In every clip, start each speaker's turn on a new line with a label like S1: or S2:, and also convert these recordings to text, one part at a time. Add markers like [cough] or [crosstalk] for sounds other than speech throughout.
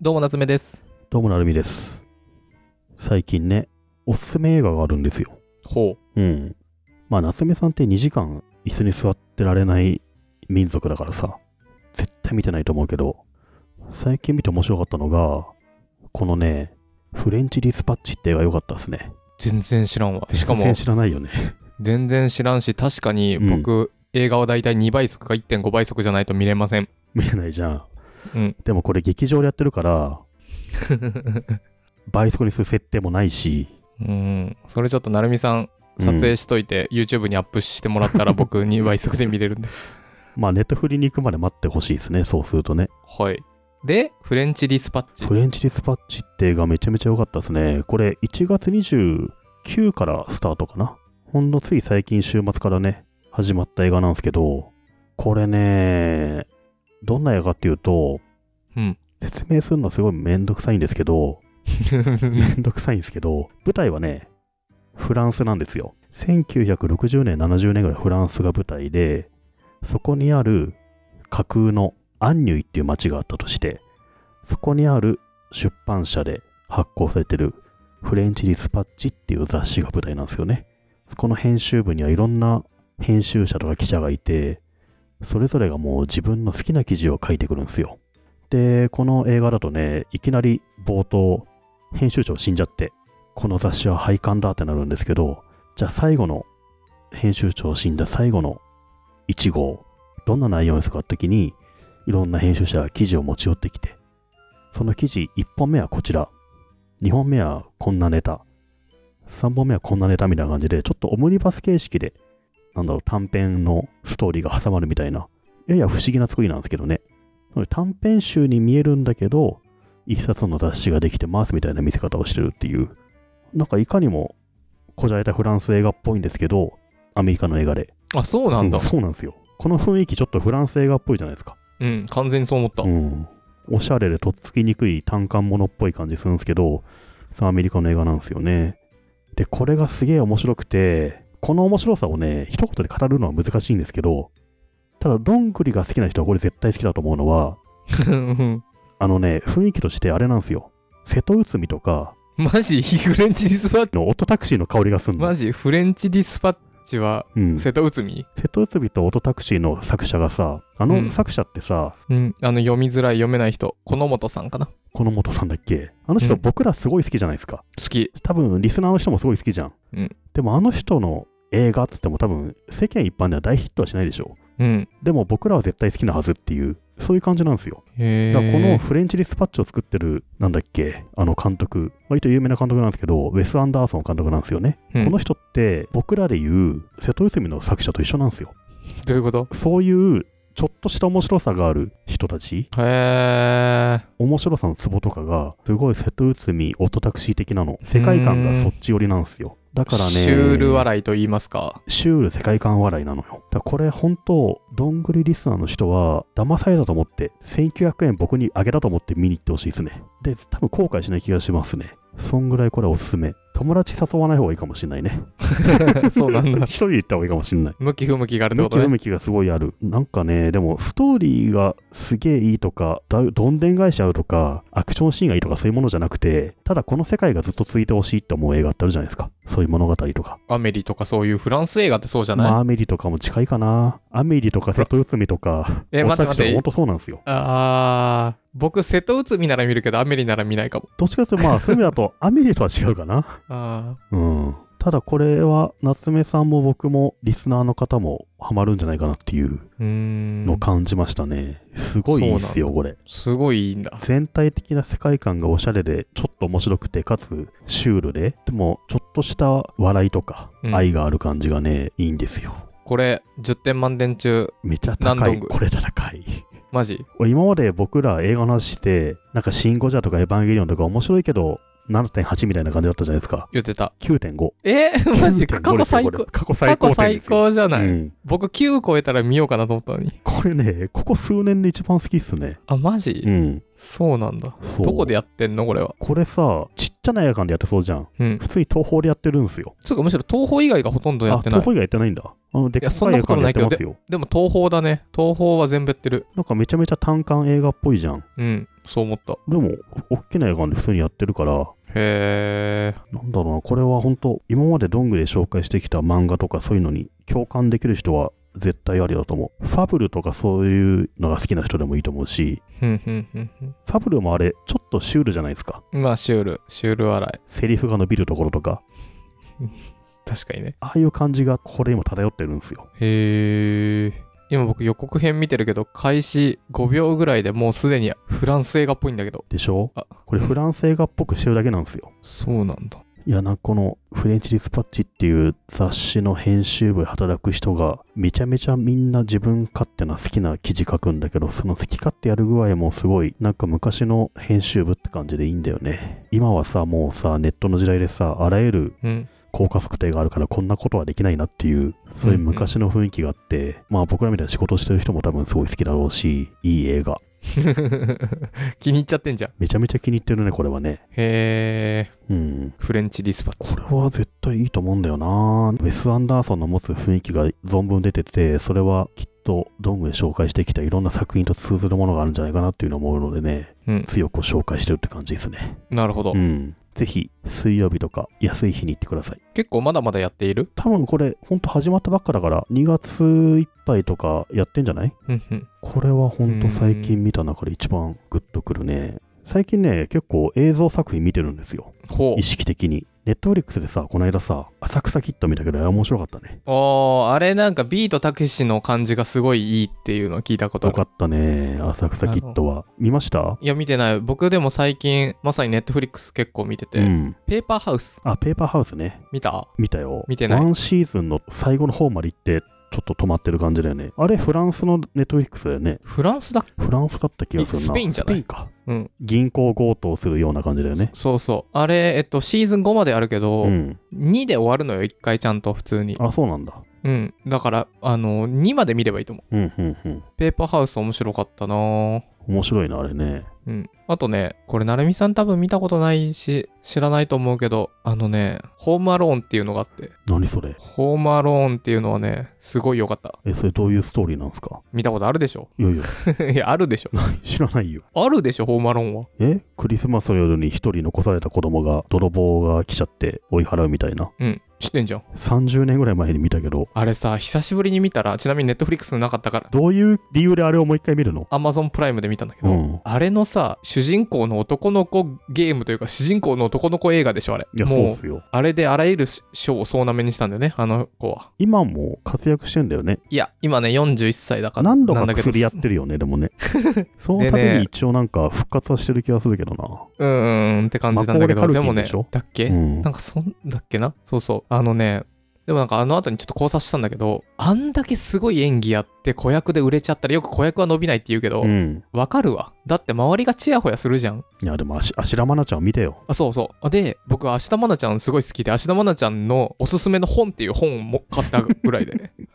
S1: どうも夏目です。
S2: どうもなるみです。最近ね、おすすめ映画があるんですよ。
S1: ほ
S2: うん。まあ、夏目さんって2時間椅子に座ってられない民族だからさ、絶対見てないと思うけど、最近見て面白かったのが、このね、フレンチ・ディスパッチって映画良かったですね。
S1: 全然知らんわ。しか
S2: 全然
S1: も
S2: 知らないよね。 [laughs]
S1: 全然知らんし、確かに僕、映画はだいたい2倍速か1.5倍速じゃないと見れません。
S2: 見えないじゃん。
S1: うん。
S2: でもこれ劇場でやってるから、倍速にする設定もないし、
S1: [laughs] うん。それちょっと成美さん
S2: うん
S1: 撮影しといて、YouTube にアップしてもらったら僕 [laughs] 2倍速で見れるんで。
S2: まあ、ネットフリに行くまで待ってほしいですね、そうするとね。
S1: はい。で、フレンチディスパッチ
S2: フ。レンチディスパッチって映画めちゃめちゃ良かったですね。これ1月29からスタートかな。ほんのつい最近週末からね、始まった映画なんですけど、これね、どんな映画かっていうと、
S1: うん。
S2: 説明するのすごいめんどくさいんですけど、めんどくさいんですけど、舞台はね、フランスなんですよ。1960年、70年ぐらいフランスが舞台で、そこにある架空のアンニュイっていう町があったとして、そこにある出版社で発行されてるフレンチ・ディスパッチっていう雑誌が舞台なんですよね。そこの編集部にはいろんな編集者とか記者がいて、それぞれがもう自分の好きな記事を書いてくるんですよ。で、この映画だとね、いきなり冒頭、編集長死んじゃって、この雑誌は廃刊だってなるんですけど、じゃあ最後の、編集長死んだ最後の1号、どんな内容にするかって時に、いろんな編集者が記事を持ち寄ってきて、その記事1本目はこちら、2本目はこんなネタ、3本目はこんなネタみたいな感じで、ちょっとオムニバス形式で、なんだろう、短編のストーリーが挟まるみたいな、やや不思議な作りなんですけどね。なので短編集に見えるんだけど、一冊の雑誌ができてますみたいな見せ方をしてるっていう、なんかいかにもこじゃれたフランス映画っぽいんですけど、アメリカの映画で。
S1: [laughs] あ、そうなんだ
S2: う。そうなんですよ。この雰囲気ちょっとフランス映画っぽいじゃないですか。
S1: うん、完全にそう思った
S2: う。ん。おしゃれでとっつきにくい単管ものっぽい感じするんですけど、さアメリカの映画なんですよね。で、これがすげえ面白くて、この面白さをね、一言で語るのは難しいんですけど、ただ、どんぐりが好きな人はこれ絶対好きだと思うのは、あのね、雰囲気としてあれなんですよ。瀬戸内海とか、
S1: [laughs] マジ [laughs] フレンチディスパッチ
S2: のオトタクシーの香りがするの。
S1: マジフレンチディスパッチは
S2: うん、瀬
S1: 瀬戸内海
S2: 戸内海とオトタクシーの作者がさ、あ
S1: うん
S2: の作者ってさ、
S1: うん、あの読みづらい読めない人、この本さんかな。
S2: この元さんだっけあの人、
S1: うん
S2: 僕らすごい好きじゃないですか。
S1: 好き。
S2: 多分、リスナーの人もすごい好きじゃん。
S1: うん
S2: でも、あの人の映画っつっても多分、世間一般では大ヒットはしないでしょ
S1: うん。
S2: う。でも、僕らは絶対好きなはずっていう、そういう感じなんですよ。
S1: へ
S2: だからこの
S1: え。
S2: フレンチ・ディスパッチを作ってる、なんだっけ、あの監督、割と有名な監督なんですけど、ウェス・アンダーソン監督なんですよね。
S1: うん
S2: この人って、僕らで言う、瀬戸内海の作者と一緒なんですよ。
S1: どういうこと
S2: そういう、ちょっとした面白さがある人たち、
S1: へえ。
S2: 面白さのツボとかがすごい瀬戸内海オトタクシー的なの世界観がそっち寄りなんですよだからね
S1: シュール笑いと言いますか。 [laughs]
S2: シュール世界観笑いなのよだからこれ本当どんぐりリスナーの人は騙されたと思って1900円僕にあげたと思って見に行ってほしいですねで多分後悔しない気がしますねそんぐらいこれおすすめ友達誘わない方がいいかもしれないね
S1: そうなんだ
S2: 一。人で行った方がいいかもしれない
S1: 向き不向きがあるって
S2: 向
S1: こ
S2: き
S1: と
S2: 不
S1: ね。
S2: 向きがすごいある。なんかね、でもストーリーがすげえいいとか、だどんでん返し合うとか、アクションシーンがいいとかそういうものじゃなくて、ただこの世界がずっと続いてほしいって思う映画ってあるじゃないですか。そういう物語とか。
S1: アメリとかそういうフランス映画ってそうじゃない、
S2: まあ、アメリとかも近いかな。アメリとか瀬戸内海とか、
S1: え待って待って
S2: 本当そうなんですよ。
S1: あー、僕、瀬戸内海なら見るけど、アメリなら見ないかも。
S2: どっちかというと、まあ、そういう意味だとアメリとは違うかな。
S1: あ
S2: うん。ただこれは夏目さんも僕もリスナーの方もハマるんじゃないかなっていう
S1: ーうーん。
S2: のを感じましたね。すごいいいっすよ、これ。
S1: すごいいいんだ。
S2: 全体的な世界観がおしゃれでちょっと面白くてかつシュールででもちょっとした笑いとか
S1: うん
S2: 愛がある感じがね、いいんですよ
S1: これ、10点満点中、
S2: めちゃ
S1: 何
S2: 高
S1: ドン
S2: い
S1: グ
S2: これ高い
S1: マジ。
S2: 俺今まで僕ら映画の話してなんか「シン・ゴジラ」とか「エヴァンゲリオン」とか面白いけど7.8みたいな感じだったじゃないですか
S1: 言ってた。
S2: 9.5
S1: え
S2: [laughs]
S1: ー、マジか。過
S2: 9.5
S1: 去
S2: ですよ
S1: 最
S2: こ
S1: 高
S2: れ。過去
S1: 過
S2: 最高
S1: 去
S2: 点
S1: 最
S2: ですよ
S1: 高じゃない。
S2: うん
S1: 僕、9超えたら見ようかなと思ったのに。
S2: これねここ数年で一番好きっすね
S1: あ、マジ、
S2: うん
S1: そうなんだ。
S2: そう
S1: どこでやってんのこれは。
S2: これさちっちゃな映画館でやってそうじゃん
S1: うん。
S2: 普通に東宝でやってるんですよ
S1: つうか、むしろ東宝以外がほとんどやってな
S2: あ、
S1: い
S2: 東。宝以外やってないんだ。あの、でっかい
S1: そんな
S2: 映
S1: こと
S2: 画館
S1: もない
S2: でやっ
S1: け
S2: て
S1: ど
S2: ますよ。
S1: でも東宝だね。東宝は全部やってる。
S2: なんかめちゃめちゃ単館映画っぽいじゃん。
S1: うん。そう思った。
S2: でも、大きな映画館で普通にやってるから、
S1: へえ。
S2: なんだろうな、これは本当、今までどんぐりで紹介してきた漫画とかそういうのに共感できる人は絶対ありだと思う。ファブルとかそういうのが好きな人でもいいと思うし、
S1: ふんふんふん
S2: ファブルもあれ、ちょっとシュールじゃないですか。
S1: ふん。まあ、シュール、シュール笑い。
S2: セリフが伸びるところとか、
S1: 確かにね。
S2: ああいう感じがこれ今漂ってるんですよ。
S1: へえ。今僕予告編見てるけど、開始5秒ぐらいでもうすでにフランス映画っぽいんだけど。
S2: でしょ
S1: あ
S2: これフランス映画っぽくしてるだけなんですよ。
S1: そうなんだ。
S2: いやな、このフレンチ・ディスパッチっていう雑誌の編集部で働く人がめちゃめちゃみんな自分勝手な好きな記事書くんだけど、その好き勝手やる具合もすごい、なんか昔の編集部って感じでいいんだよね。今はさ、もうさ、ネットの時代でさ、あらゆる
S1: うん。 [laughs]
S2: 効果測定があるからこんなことはできないなっていう、そういう昔の雰囲気があって、まあ僕らみたいな仕事してる人も多分すごい好きだろうし、いい映画。
S1: 気に入っちゃってんじゃん。
S2: めちゃめちゃ気に入ってるね、これはね。
S1: へえ。
S2: うん。
S1: フレンチディスパッチ
S2: こ。れは絶対いいと思うんだよな。ウェス・アンダーソンの持つ雰囲気が存分出てて、それはきっとどんぐり紹介してきたいろんな作品と通ずるものがあるんじゃないかなっていうのを思うのでね、
S1: うん
S2: 強く紹介してるって感じですね。
S1: なるほど
S2: う。ん。ぜひ、水曜日とか安い日に行ってください。
S1: 結構まだまだやっている
S2: 多分これ、ほんと始まったばっかだから、2月いっぱいとかやってんじゃない
S1: うんうん。
S2: これはほんと最近見た中で一番グッとくるね。最近ね、結構映像作品見てるんですよ。
S1: ほう
S2: 意。識的に。ネットフリックスでさ、この間さ、浅草キッド見たけど、あれ面白かったね。
S1: おーあれなんかビートたけしの感じがすごいいいっていうのを聞いたことあ
S2: よ
S1: る
S2: かったね、浅草キッドは。見ました
S1: いや見てない僕でも最近まさにネットフリックス結構見てて、
S2: うん。
S1: ペーパーハウス
S2: あ、ペーパーハウスね。
S1: 見た
S2: 見たよ。
S1: 見てない
S2: ワンシーズンの最後の方まで行って、ちょっと止まってる感じだよね。あれ、フランスのネットフリックスだよね。
S1: フランスだっけ
S2: フランスだった気がするな。
S1: スペインじゃない
S2: スペインか。
S1: うん、
S2: 銀行強盗するような感じだよね。
S1: そそうそうあれえっとシーズン5まであるけど、
S2: うん。
S1: 2で終わるのよ1回ちゃんと普通に
S2: あ、そうなんだ。
S1: うんだからあの2まで見ればいいと思う
S2: うん、うん、うん。
S1: ペーパーハウス面白かったなぁ
S2: 面白いな、あれね。
S1: うん、あとねこれ成美さん多分見たことないし知らないと思うけどあのね「ホームアローン」っていうのがあって
S2: 何そ
S1: 「
S2: れ
S1: ホームアローン」っていうのはねすごい良かった
S2: え、それどういうストーリーなんですか
S1: 見たことあるでし
S2: [laughs]
S1: ょ
S2: いやいや、
S1: いやあるでしょ
S2: 知らないよ。
S1: あるでしょホームアローンは
S2: えクリスマスの夜に一人残された子供が泥棒が来ちゃって追い払うみたいな
S1: うん知ってんじゃん
S2: 30年ぐらい前に見たけど
S1: あれさ久しぶりに見たらちなみにネットフリックスなかったから
S2: どういう理由であれをもう一回見るの
S1: Amazon プライムで見たんだけ
S2: う
S1: ど、
S2: ん
S1: あれのさ主人公の男の子ゲームというか主人公の男の子映画でしょあれ
S2: いやそう
S1: も
S2: っすよ
S1: あれであらゆる賞を総なめにしたんだよねあの子は
S2: 今も活躍してんだよね
S1: いや今ね41歳だから
S2: 何度
S1: な
S2: か
S1: んだけど
S2: 薬やってるよねでも [laughs] ねそのた
S1: で
S2: め
S1: ね
S2: に一応なんか復活はしてる気がするけど
S1: うんうんうんって感じなんだけ
S2: マ
S1: ど、
S2: コーレ
S1: で
S2: ーカルキ
S1: も
S2: ン
S1: ね
S2: でしょ、
S1: だっけ、
S2: なうん
S1: なんかそんだっけなそうそう。あのね、でもなんかあの後にちょっと考察したんだけど、あんだけすごい演技やって子役で売れちゃったらよく子役は伸びないって言うけど、わ、
S2: うん
S1: かるわ。だって周りがチヤホヤするじゃん。
S2: いやでもあし芦田愛菜ちゃんを見てよ
S1: あ、そうそうあ。で、僕、芦田愛菜ちゃんすごい好きで、芦田愛菜ちゃんのおすすめの本っていう本も買ったぐらいでね。
S2: [laughs] なんで芦田愛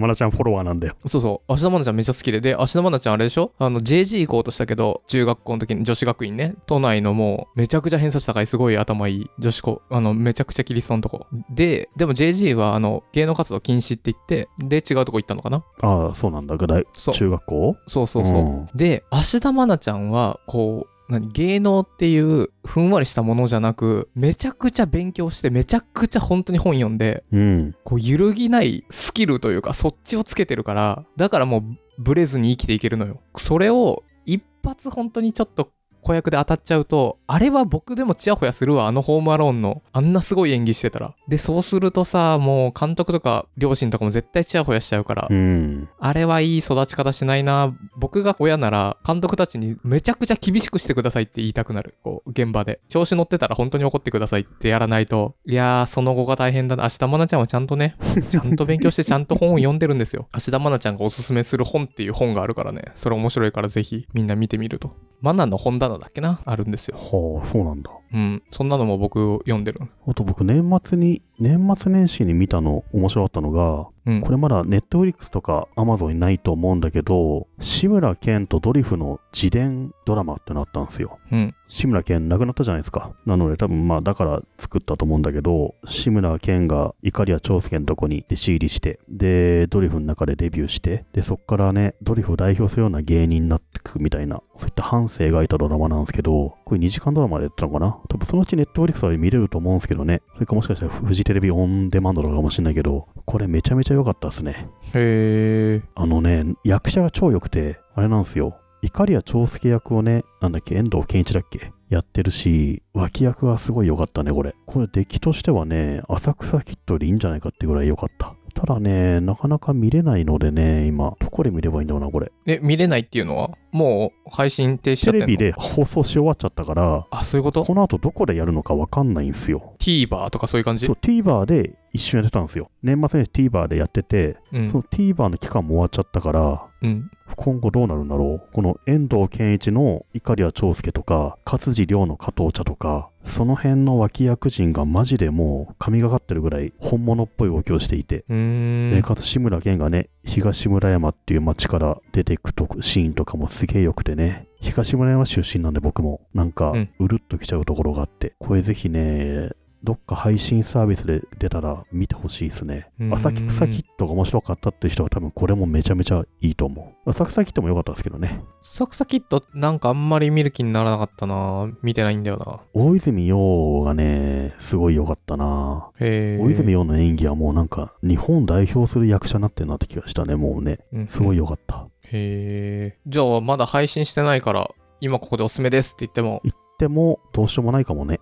S2: 菜ちゃんフォロワーなんだよ
S1: そうそう。芦田愛菜ちゃんめっちゃ好きで、で、芦田愛菜ちゃんあれでしょあの、JG 行こうとしたけど、中学校の時に女子学院ね、都内のもう、めちゃくちゃ偏差値高い、すごい頭いい女子校、あの、めちゃくちゃキリストのとこ。で、でも JG は、あの、芸能活動禁止って言って、で、違うとこ行ったのかな
S2: ああそうなんだぐらい
S1: そう。
S2: 中学校
S1: そうそうそう。
S2: ん
S1: で、芦田愛菜ちゃんは、こう、何芸能っていうふんわりしたものじゃなくめちゃくちゃ勉強してめちゃくちゃ本当に本読んで
S2: うん
S1: こう揺るぎないスキルというかそっちをつけてるからだからもうブレずに生きていけるのよそれを一発本当にちょっと子役で当たっちゃうとあれは僕でもチヤホヤするわあのホームアローンのあんなすごい演技してたらでそうするとさもう監督とか両親とかも絶対チヤホヤしちゃうから、
S2: うん
S1: あれはいい育ち方しないな僕が親なら監督たちにめちゃくちゃ厳しくしてくださいって言いたくなるこう現場で調子乗ってたら本当に怒ってくださいってやらないといやーその後が大変だな芦田愛菜ちゃんはちゃんと [laughs] ねちゃんと勉強してちゃんと本を読んでるんですよ。 [laughs] 芦田愛菜ちゃんがおすすめする本っていう本があるからね、それ面白いからぜひみんな見てみると。マナの本棚だっけなあるんですよ。
S2: はあそうなんだ
S1: ううん。そんなのも僕読んでる。
S2: あと僕、年末に、年末年始に見たの、面白かったのが、
S1: うん。
S2: これまだネットフリックスとかアマゾンにないと思うんだけど、志村けんとドリフの自伝ドラマってなったんですよ。
S1: うん。
S2: 志村けん亡くなったじゃないですか。なので多分まあだから作ったと思うんだけど、志村けんがイカリア長介のとこに弟子入りして、で、ドリフの中でデビューして、で、そっからね、ドリフを代表するような芸人になってくみたいな、そういった半生描いたドラマなんですけど、これ2時間ドラマでやったのかな多分そのうちネットフリックスで見れると思うんですけどね。それかもしかしたらフジテレビオンデマンドとかかもしれないけど、これめちゃめちゃ良かったですね。
S1: へえ。
S2: あのね、役者が超良くて、あれなんですよ。イカリア長介役をね、なんだっけ、遠藤健一だっけやってるし、脇役はすごい良かったね、これ。これ、出来としてはね、浅草キットよりいいんじゃないかってぐらい良かった。ただね、なかなか見れないのでね、今、どこで見ればいいんだろうな、これ。
S1: え、見れないっていうのはもう配信停止しちゃ
S2: テ
S1: ってん
S2: レ
S1: の
S2: ビ。で放送し終わっちゃったから、
S1: あ、そういうこと
S2: この後どこでやるのか分かんないんですよ。
S1: ?TVer とかそういう感じ
S2: そう、TVer で一瞬やってたんですよ。年末年始 TVer でやってて、
S1: うん
S2: その TVer の期間も終わっちゃったから、
S1: うん。
S2: 今後どうなるんだろうこの遠藤健一の碇谷長介とか勝地涼の加藤茶とかその辺の脇役陣がマジでもう神がかってるぐらい本物っぽい動きをしていて、
S1: うー
S2: で
S1: ん。
S2: かつ志村けんがね東村山っていう町から出てくとシーンとかもすげえよくてね東村山出身なんで僕もなんか
S1: うん
S2: うるっときちゃうところがあってこれぜひねどっか配信サービスで出たら見てほしいですね
S1: うーん
S2: 浅草キットが面白かったっていう人は多分これもめちゃめちゃいいと思う。浅草キットも良かったですけどね。
S1: サクサキットなんかあんまり見る気にならなかったな。見てないんだよな。
S2: 大泉洋がね、すごい良かったな。
S1: へえ。
S2: 大泉洋の演技はもうなんか日本代表する役者になってるなって気がしたね、もうね。
S1: うん
S2: すごい良かった。
S1: へえ。じゃあまだ配信してないから、今ここでおすすめですって言っても、
S2: でも、どうしようもないか
S1: [laughs]
S2: もね。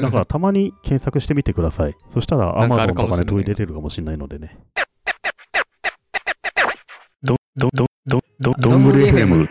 S2: だからたまに検索してみてください。そしたら
S1: なんかある
S2: Amazon と
S1: かもしれな
S2: か
S1: い
S2: で取り入れてるかもしれないのでね。
S3: ど、ど、ど、ど、ど、
S1: どんぐり FM。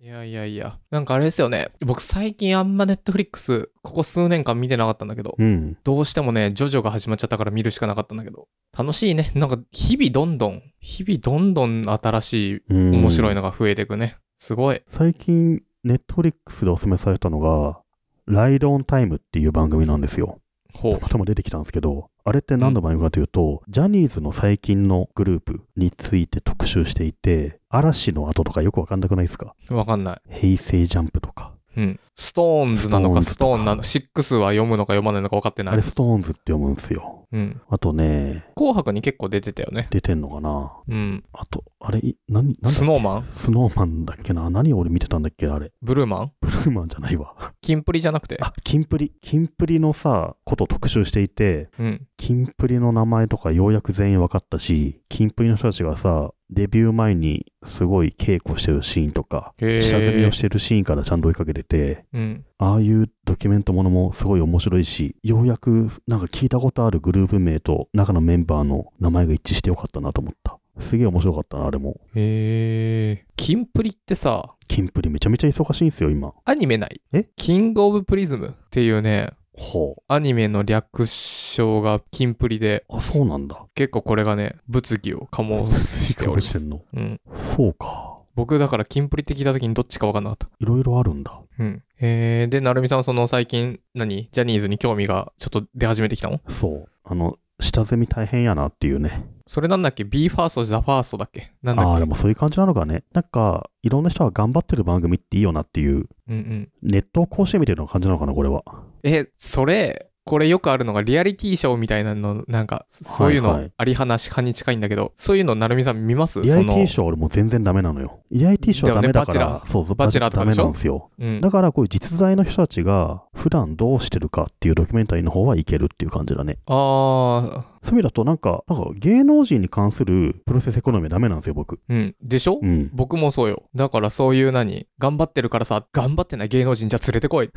S1: いやいやいや、なんかあれですよね。僕最近あんまネットフリックス、ここ数年間見てなかったんだけど、
S2: うん。
S1: どうしてもね、ジョジョが始まっちゃったから見るしかなかったんだけど、楽しいね。なんか日々どんどん、日々どんどん新しい
S2: うん、
S1: 面白いのが増えていくね。すごい。
S2: 最近、ネットフリックスでおすすめされたのが、ライドオンタイムっていう番組なんですよ。
S1: ほ
S2: 頭出てきたんですけど、あれって何の番組かというと、ジャニーズの最近のグループについて特集していて、嵐の後とかよくわかんなくないですか
S1: う。わかんない。
S2: 平成ジャンプとか。
S1: うん。ストーンズなのかス
S2: ス
S1: ト
S2: トーンズとか
S1: ーンなの、シックスは読むのか読まないのか分かってな
S2: あれ、
S1: い。
S2: ストーンズって読むんですよ。
S1: うん。
S2: あとね、
S1: 紅白に結構出てたよね。
S2: 出てんのかな
S1: うん。
S2: あと、あれ、い何、何
S1: スノーマン
S2: スノーマンだっけな何俺見てたんだっけなあれ。
S1: ブルーマン
S2: ブルーマンじゃないわ。
S1: キンプリじゃなくて。
S2: あ、キンプリ。キンプリのさ、こと特集していて、
S1: うん。
S2: キンプリの名前とかようやく全員分かったし、キンプリの人たちがさ、デビュー前にすごい稽古してるシーンとか、
S1: へー
S2: 下積みをしてるシーンからちゃんと追いかけてて、
S1: うん。
S2: ああいうドキュメントものもすごい面白いし、ようやくなんか聞いたことあるグループ名と中のメンバーの名前が一致してよかったなと思った。すげえ面白かったな、あれも。
S1: へえ。キンプリってさ、
S2: キンプリめちゃめちゃ忙しいんですよ、今。
S1: アニメない
S2: え
S1: キングオブプリズムっていうね、
S2: ほ
S1: アニメの略称がキンプリで、
S2: う。あ、そうなんだ。
S1: 結構これがね、物議を醸して
S2: [laughs]
S1: おりま
S2: して
S1: す。
S2: んの。
S1: うん。
S2: そうか。
S1: 僕だからキンプリって聞いた時にどっちか分かんなかった。
S2: いろいろあるんだ。
S1: うん。えー、で、なるみさんはその最近、何ジャニーズに興味がちょっと出始めてきたの
S2: そう。あの、下積み大変やなっていうね。
S1: それなんだっけ ?B ファースト、ザファーストだっけなんだっ
S2: あ
S1: け
S2: あ、でもそういう感じなのかね。なんか、いろんな人が頑張ってる番組っていいよなっていう、
S1: うんうん。
S2: ネットをこうしてみてるような感じなのかな、これは。
S1: え、それ、これよくあるのがリアリティショーみたいなの、なんか、そういう
S2: はいは
S1: の
S2: い、
S1: ありはなし派に近いんだけど、そういうの、なるみさん見ます
S2: リア
S1: そ
S2: リテ
S1: の
S2: ィ、ショーは俺もう全然ダメなのよ。リアリティショーはダメだから、
S1: だよねバチ
S2: そうそう、
S1: バチェラーと
S2: ダ
S1: かで
S2: メ
S1: しょ
S2: なんですよ。
S1: うん
S2: だ、から、こういう実在の人たちが、普段どうしてるかっていうドキュメンタリーの方はいけるっていう感じだね。
S1: あ
S2: そういう意味だと、なんか、なんか芸能人に関するプロセスエコノミーはダメなんですよ、僕。
S1: ー、うん。でしょ、
S2: うん。
S1: 僕もそうよ。だからそういう何頑張ってるからさ、頑張ってない芸能人じゃあ連れて
S2: [laughs]
S1: こい。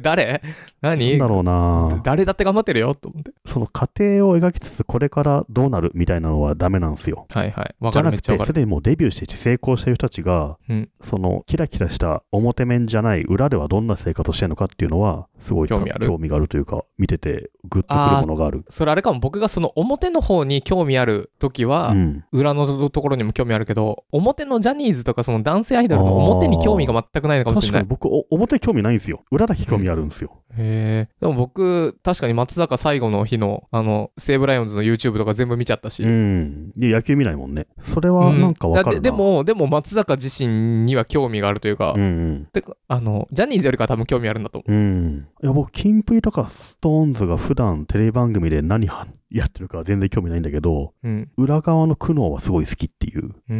S1: 誰
S2: なん
S1: 何
S2: だろうな
S1: 誰だって頑張ってるよと思って。
S2: その過程を描きつつ、これからどうなるみたいなのはダメなんですよ。
S1: はいはい。わ
S2: じ
S1: か
S2: ゃ
S1: る、
S2: な
S1: めっ
S2: く
S1: ちゃわ
S2: て
S1: か
S2: す
S1: る。
S2: でにもうデビューして成功してる人たちが、
S1: うん
S2: そのキラキラした表面じゃない裏ではどんな生活をしてるのかっていうのはすごい
S1: 興味ある
S2: があるというか見ててグッとくるも
S1: ああ
S2: ものがある。
S1: それあれかも僕がその表の方に興味ある時は、
S2: うん。
S1: 裏のところにも興味あるけど表のジャニーズとかその男性アイドルの表に興味が全くないのかもしれ
S2: 確
S1: な
S2: か
S1: い
S2: に僕、お表興味ないんですよ。裏だけ興味あるんですよ。
S1: へえ。でも僕、確かに松坂最後の日の、あの、西武ライオンズの YouTube とか全部見ちゃったし。
S2: うん。いや野球見ないもんね。それは
S1: う
S2: なんかわかるな、
S1: だででも、でも松坂自身には興味があるというか、
S2: うんうん。
S1: てかあの、ジャニーズよりかは多分興味あるんだと思
S2: うん。いや、僕、キンプリとかストーンズが普段テレビ番組で何はやってるかは全然興味ないんだけど、
S1: う。うん。
S2: 裏側の苦悩はすごい好きっていう。
S1: うー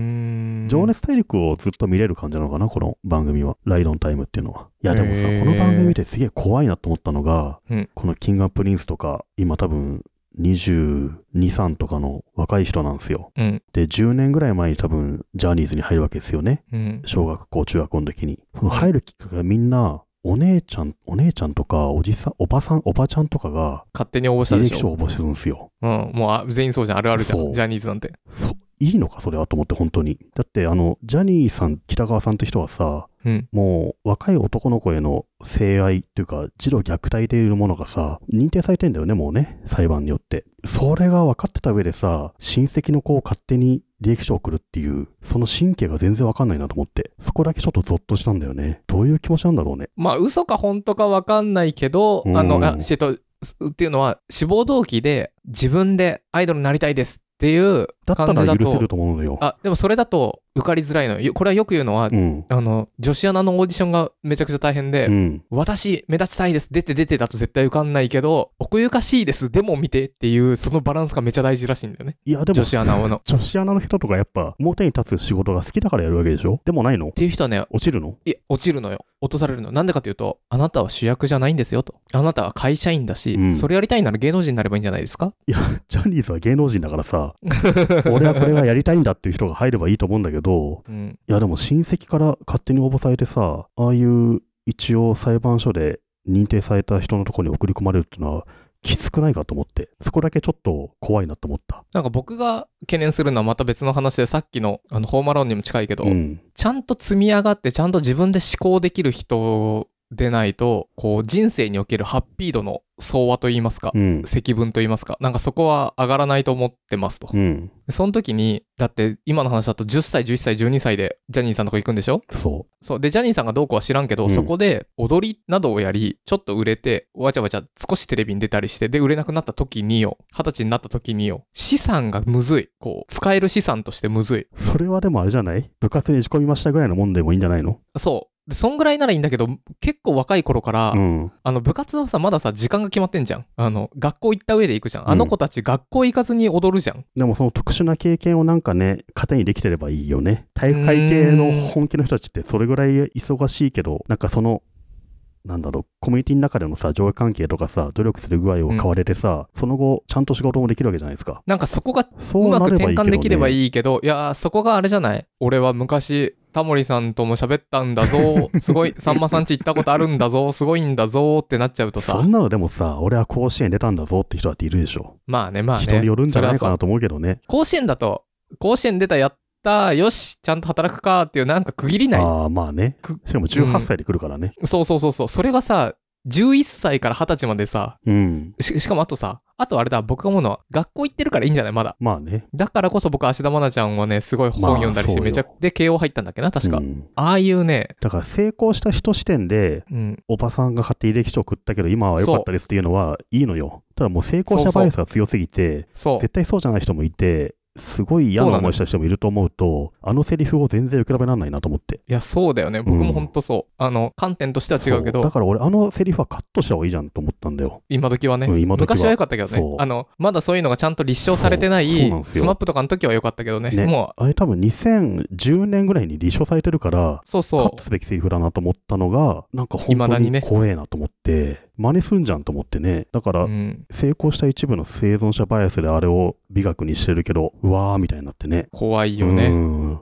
S1: ん。
S2: 情熱大陸をずっと見れる感じなのかな、この番組は。ライドンタイムっていうのは。いや、でもさ、
S1: へー
S2: この番組ですげえ怖いなと思ったのが、
S1: うん
S2: このキングアップリンスとか、今多分、22、3とかの若い人なんですよ。
S1: うん。
S2: で、10年ぐらい前に多分、ジャニーズに入るわけですよね。
S1: うん。
S2: 小学校、中学校の時に。その入るきっかけがみんな、お姉ちゃん、お姉ちゃんとか、おじさん、おばさん、おばちゃんとかが、
S1: 勝手に応募した
S2: 履
S1: で
S2: 歴
S1: し
S2: 書
S1: ょ。
S2: を応募するんですよ。
S1: うん。もうあ全員そうじゃん。あるあるじゃ
S2: そ
S1: ん。
S2: う
S1: ジャニーズなんて。
S2: そいいのか、それはと思って、本当に。だって、あの、ジャニーさん、北川さんって人はさ、
S1: うん。
S2: もう、若い男の子への性愛っていうか、児童虐待でいうものがさ、認定されてんだよね、もうね、裁判によって。それが分かってた上でさ、親戚の子を勝手に履歴書を送るっていう、その神経が全然分かんないなと思って、そこだけちょっとゾッとしたんだよね。どういう気持ちなんだろうね。
S1: まあ、嘘か本当か分かんないけど、
S2: うん
S1: あの、あ、えっと、すっていうのは、志望動機で自分でアイドルになりたいですっていう
S2: だった
S1: 感じだ
S2: ら許せ
S1: と
S2: る、と思うのよ。
S1: あ、でもそれだと受かりづらいのよよ。これはよく言うのは、
S2: うん。
S1: あの、女子アナのオーディションがめちゃくちゃ大変で、
S2: うん。
S1: 私、目立ちたいです、出て出てだと絶対受かんないけど、奥ゆかしいです、でも見てっていう、そのバランスがめちゃ大事らしいんだよね。
S2: いや、でも、
S1: 女子アナはの。っ
S2: 女子アナの人とかやっぱ、表に立つ仕事が好きだからやるわけでしょでもないの
S1: ていう人はね、
S2: 落ちるの
S1: いや、落ちるのよ。落とされるの。なんでかというと、あなたは主役じゃないんですよと。あなたは会社員だし、
S2: うん
S1: それやりたいなら芸能人になればいいんじゃないですか
S2: ジャニーズは芸能人だからさ、俺はこれがやりたいんだっていう人が入ればいいと思うんだけど、
S1: うん。
S2: いやでも親戚から勝手に応募されてさ、ああいう一応裁判所で認定された人のところに送り込まれるっていうのは、きつくないかと思って、そこだけちょっと怖いなと思った。
S1: なんか僕が懸念するのはまた別の話で、さっきの、あの、ホーマローンにも近いけど、
S2: うん。
S1: ちゃんと積み上がってちゃんと自分で思考できる人でないとこう人生におけるハッピー度の相和といいますか、
S2: うん。
S1: 積分といいますかなんかそこは上がらないと思ってますと、
S2: うん。
S1: その時にだって今の話だと10歳11歳12歳でジャニーさんのとこ行くんでしょ
S2: そ
S1: そうでジャニーさんがどうこうは知らんけど、
S2: うん。
S1: そこで踊りなどをやりちょっと売れてわちゃわちゃ少しテレビに出たりしてで売れなくなった時によ二十歳になった時によ資産がむずいこう使える資産としてむずいう
S2: それはでもあれじゃない部活に打ち込みましたぐらいのもんでもいいんじゃないの
S1: そう。で、そんぐらいならいいんだけど、結構若い頃から、
S2: うん。
S1: あの、部活はさ、まださ、時間が決まってんじゃん。あの、学校行った上で行くじゃん。あの子たち、学校行かずに踊るじゃん。
S2: でもその特殊な経験をなんかね、糧にできてればいいよね。体育会系の本気の人たちってそれぐらい忙しいけど、なんかその、なんだろう、コミュニティの中でのさ、上下関係とかさ、努力する具合を買われてさ、その後、ちゃんと仕事もできるわけじゃないですか。
S1: なんかそこが
S2: そう
S1: う
S2: な
S1: ま
S2: れば
S1: く
S2: いいけど、
S1: 転換
S2: ね、
S1: できればいいけど、いやー、そこがあれじゃない。俺は昔、タモリさんとも喋ったんだ
S2: [laughs]
S1: ぞ。すごい、さんまさんち行ったことあるんだぞ。すごいんだぞってなっちゃうと
S2: そ
S1: さ
S2: ん。なのでもさ、俺は甲子園出たんだぞって人だっているでしょ。
S1: まあね、まあね。
S2: 人によるんじゃない
S1: そ
S2: か
S1: れは
S2: なと思うけどね。
S1: そう甲子園だと、甲子園出たやった、よし、ちゃんと働くかっていう、なんか区切りない
S2: ああ、まあね。
S1: く
S2: しかも
S1: うん
S2: 18歳で来るからね。
S1: そうそうそうそう。それがさ、11歳から20歳までさ、
S2: うん。
S1: ししかもあとさ、あとあれだ、僕が思うのは、学校行ってるからいいんじゃないまだ。
S2: まあね。
S1: だからこそ僕、芦田愛菜ちゃんはね、すごい本読んだりして、
S2: まあ
S1: めちゃ、
S2: そう
S1: で、慶応入ったんだっけな、確か。
S2: うん
S1: ああいうね、
S2: だから成功した人視点で、
S1: うん、
S2: おばさんが買って履歴書を送ったけど今は良かったですっていうのはいいのよ。ただもう成功したバイアスが強すぎて、
S1: そ
S2: 絶対そうじゃない人もいて、すごい嫌な思いした人もいると思うと、あのセリフを全然比べられないなと思って。
S1: う。いや、そうだよね。僕も本当そう。あの、観点としては違うけ
S2: そだ
S1: ど、
S2: から俺、あのセリフはカットした方がいいじゃんと思ったんだよ。
S1: 今時はね、
S2: うん今時は
S1: 昔は良かったけど
S2: そ
S1: ね
S2: う、
S1: あの、まだそういうのがちゃんと立証されてない、
S2: そうそうなんです
S1: ス
S2: よ
S1: マップとかの時は良かったけどね、
S2: ね
S1: もう、
S2: あれ多分2010年ぐらいに立証されてるから、
S1: そう
S2: カ
S1: そ
S2: ットすべきセリフだなと思ったのが、なんか本
S1: 未
S2: 当
S1: だに
S2: に
S1: ね
S2: 怖えなと思って、真似すんじゃんと思ってね。だから
S1: う。う、ん
S2: 成功した一部の生存者バイアスであれを美学にしてるけど、うわーみたいになってね。
S1: 怖いよ
S2: う
S1: ね。
S2: ん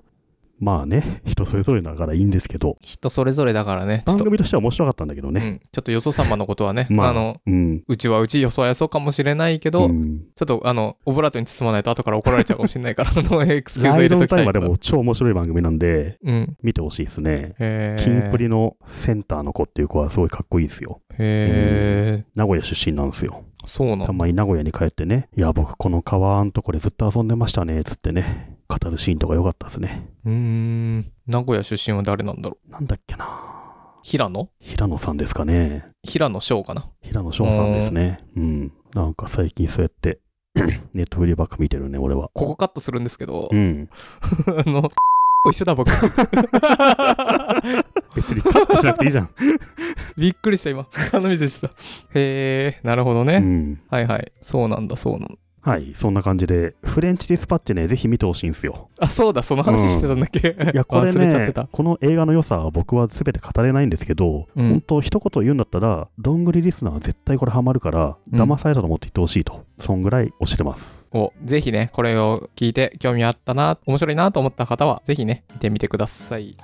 S2: まあね、人それぞれだからいいんですけど、
S1: 人それぞれだからね、ちょっ
S2: 番
S1: と、
S2: 組としては面白かったんだけど
S1: う
S2: ね。
S1: ん、ちょっとよそ様のことはね
S2: [laughs] 、まあ
S1: あの、
S2: うん。
S1: うちはうちよそはよそかもしれないけど、
S2: うん
S1: ちょっとあの、オブラートに包まないと後から怒られちゃうかもしれない
S2: [laughs]
S1: から、あの、エクスキューズ
S2: ラ
S1: 入
S2: イ
S1: れ
S2: ド
S1: と
S2: ン
S1: きた
S2: タイ
S1: い
S2: ム
S1: け
S2: はで
S1: ど。
S2: も超面白い番組なんで、
S1: うん。
S2: 見てほしいですね。
S1: へー
S2: キンプリのセンターの子っていう子はすごいかっこいいですよ。
S1: へへえ、
S2: 名古屋出身なんですよ。
S1: そうな
S2: た
S1: ん
S2: まに名古屋に帰ってね、いや、僕この川んとこでずっと遊んでましたね、つってね、語るシーンとか良かったですね。
S1: うーん。名古屋出身は誰なんだろう。
S2: なんだっけな
S1: 平野
S2: 平野さんですかね。
S1: 平野翔かな。
S2: 平野翔さんですね。うん。なんか最近そうやって、 [clears throat] ネットフリばっか見てるね、俺は。
S1: ここカットするんですけど
S2: う、ん。
S1: あの、 [laughs] 一緒だ僕。
S2: 別にカットしなくていい
S1: [laughs]
S2: じゃん。
S1: びっくりした今。鼻水した。へえ、なるほどね。
S2: うん。
S1: はいはい。そうなんだ、そうなんだ。
S2: はい、そんな感じで、フレンチディスパッチね、ぜひ見てほしいんですよ。
S1: あ、そうだ、その話してたんだっけ、
S2: いや、これ
S1: 忘れちゃっ
S2: ね
S1: てた、。
S2: この映画の良さは僕は全て語れないんですけど、
S1: うん
S2: 本当一言言うんだったら、どんぐりリスナーは絶対これハマるから、
S1: うん
S2: 騙されたと思って言ってほしいと、そんぐらい推してます。
S1: お、ぜひね、これを聞いて興味あったな、面白いなと思った方は、ぜひね、見てみてください。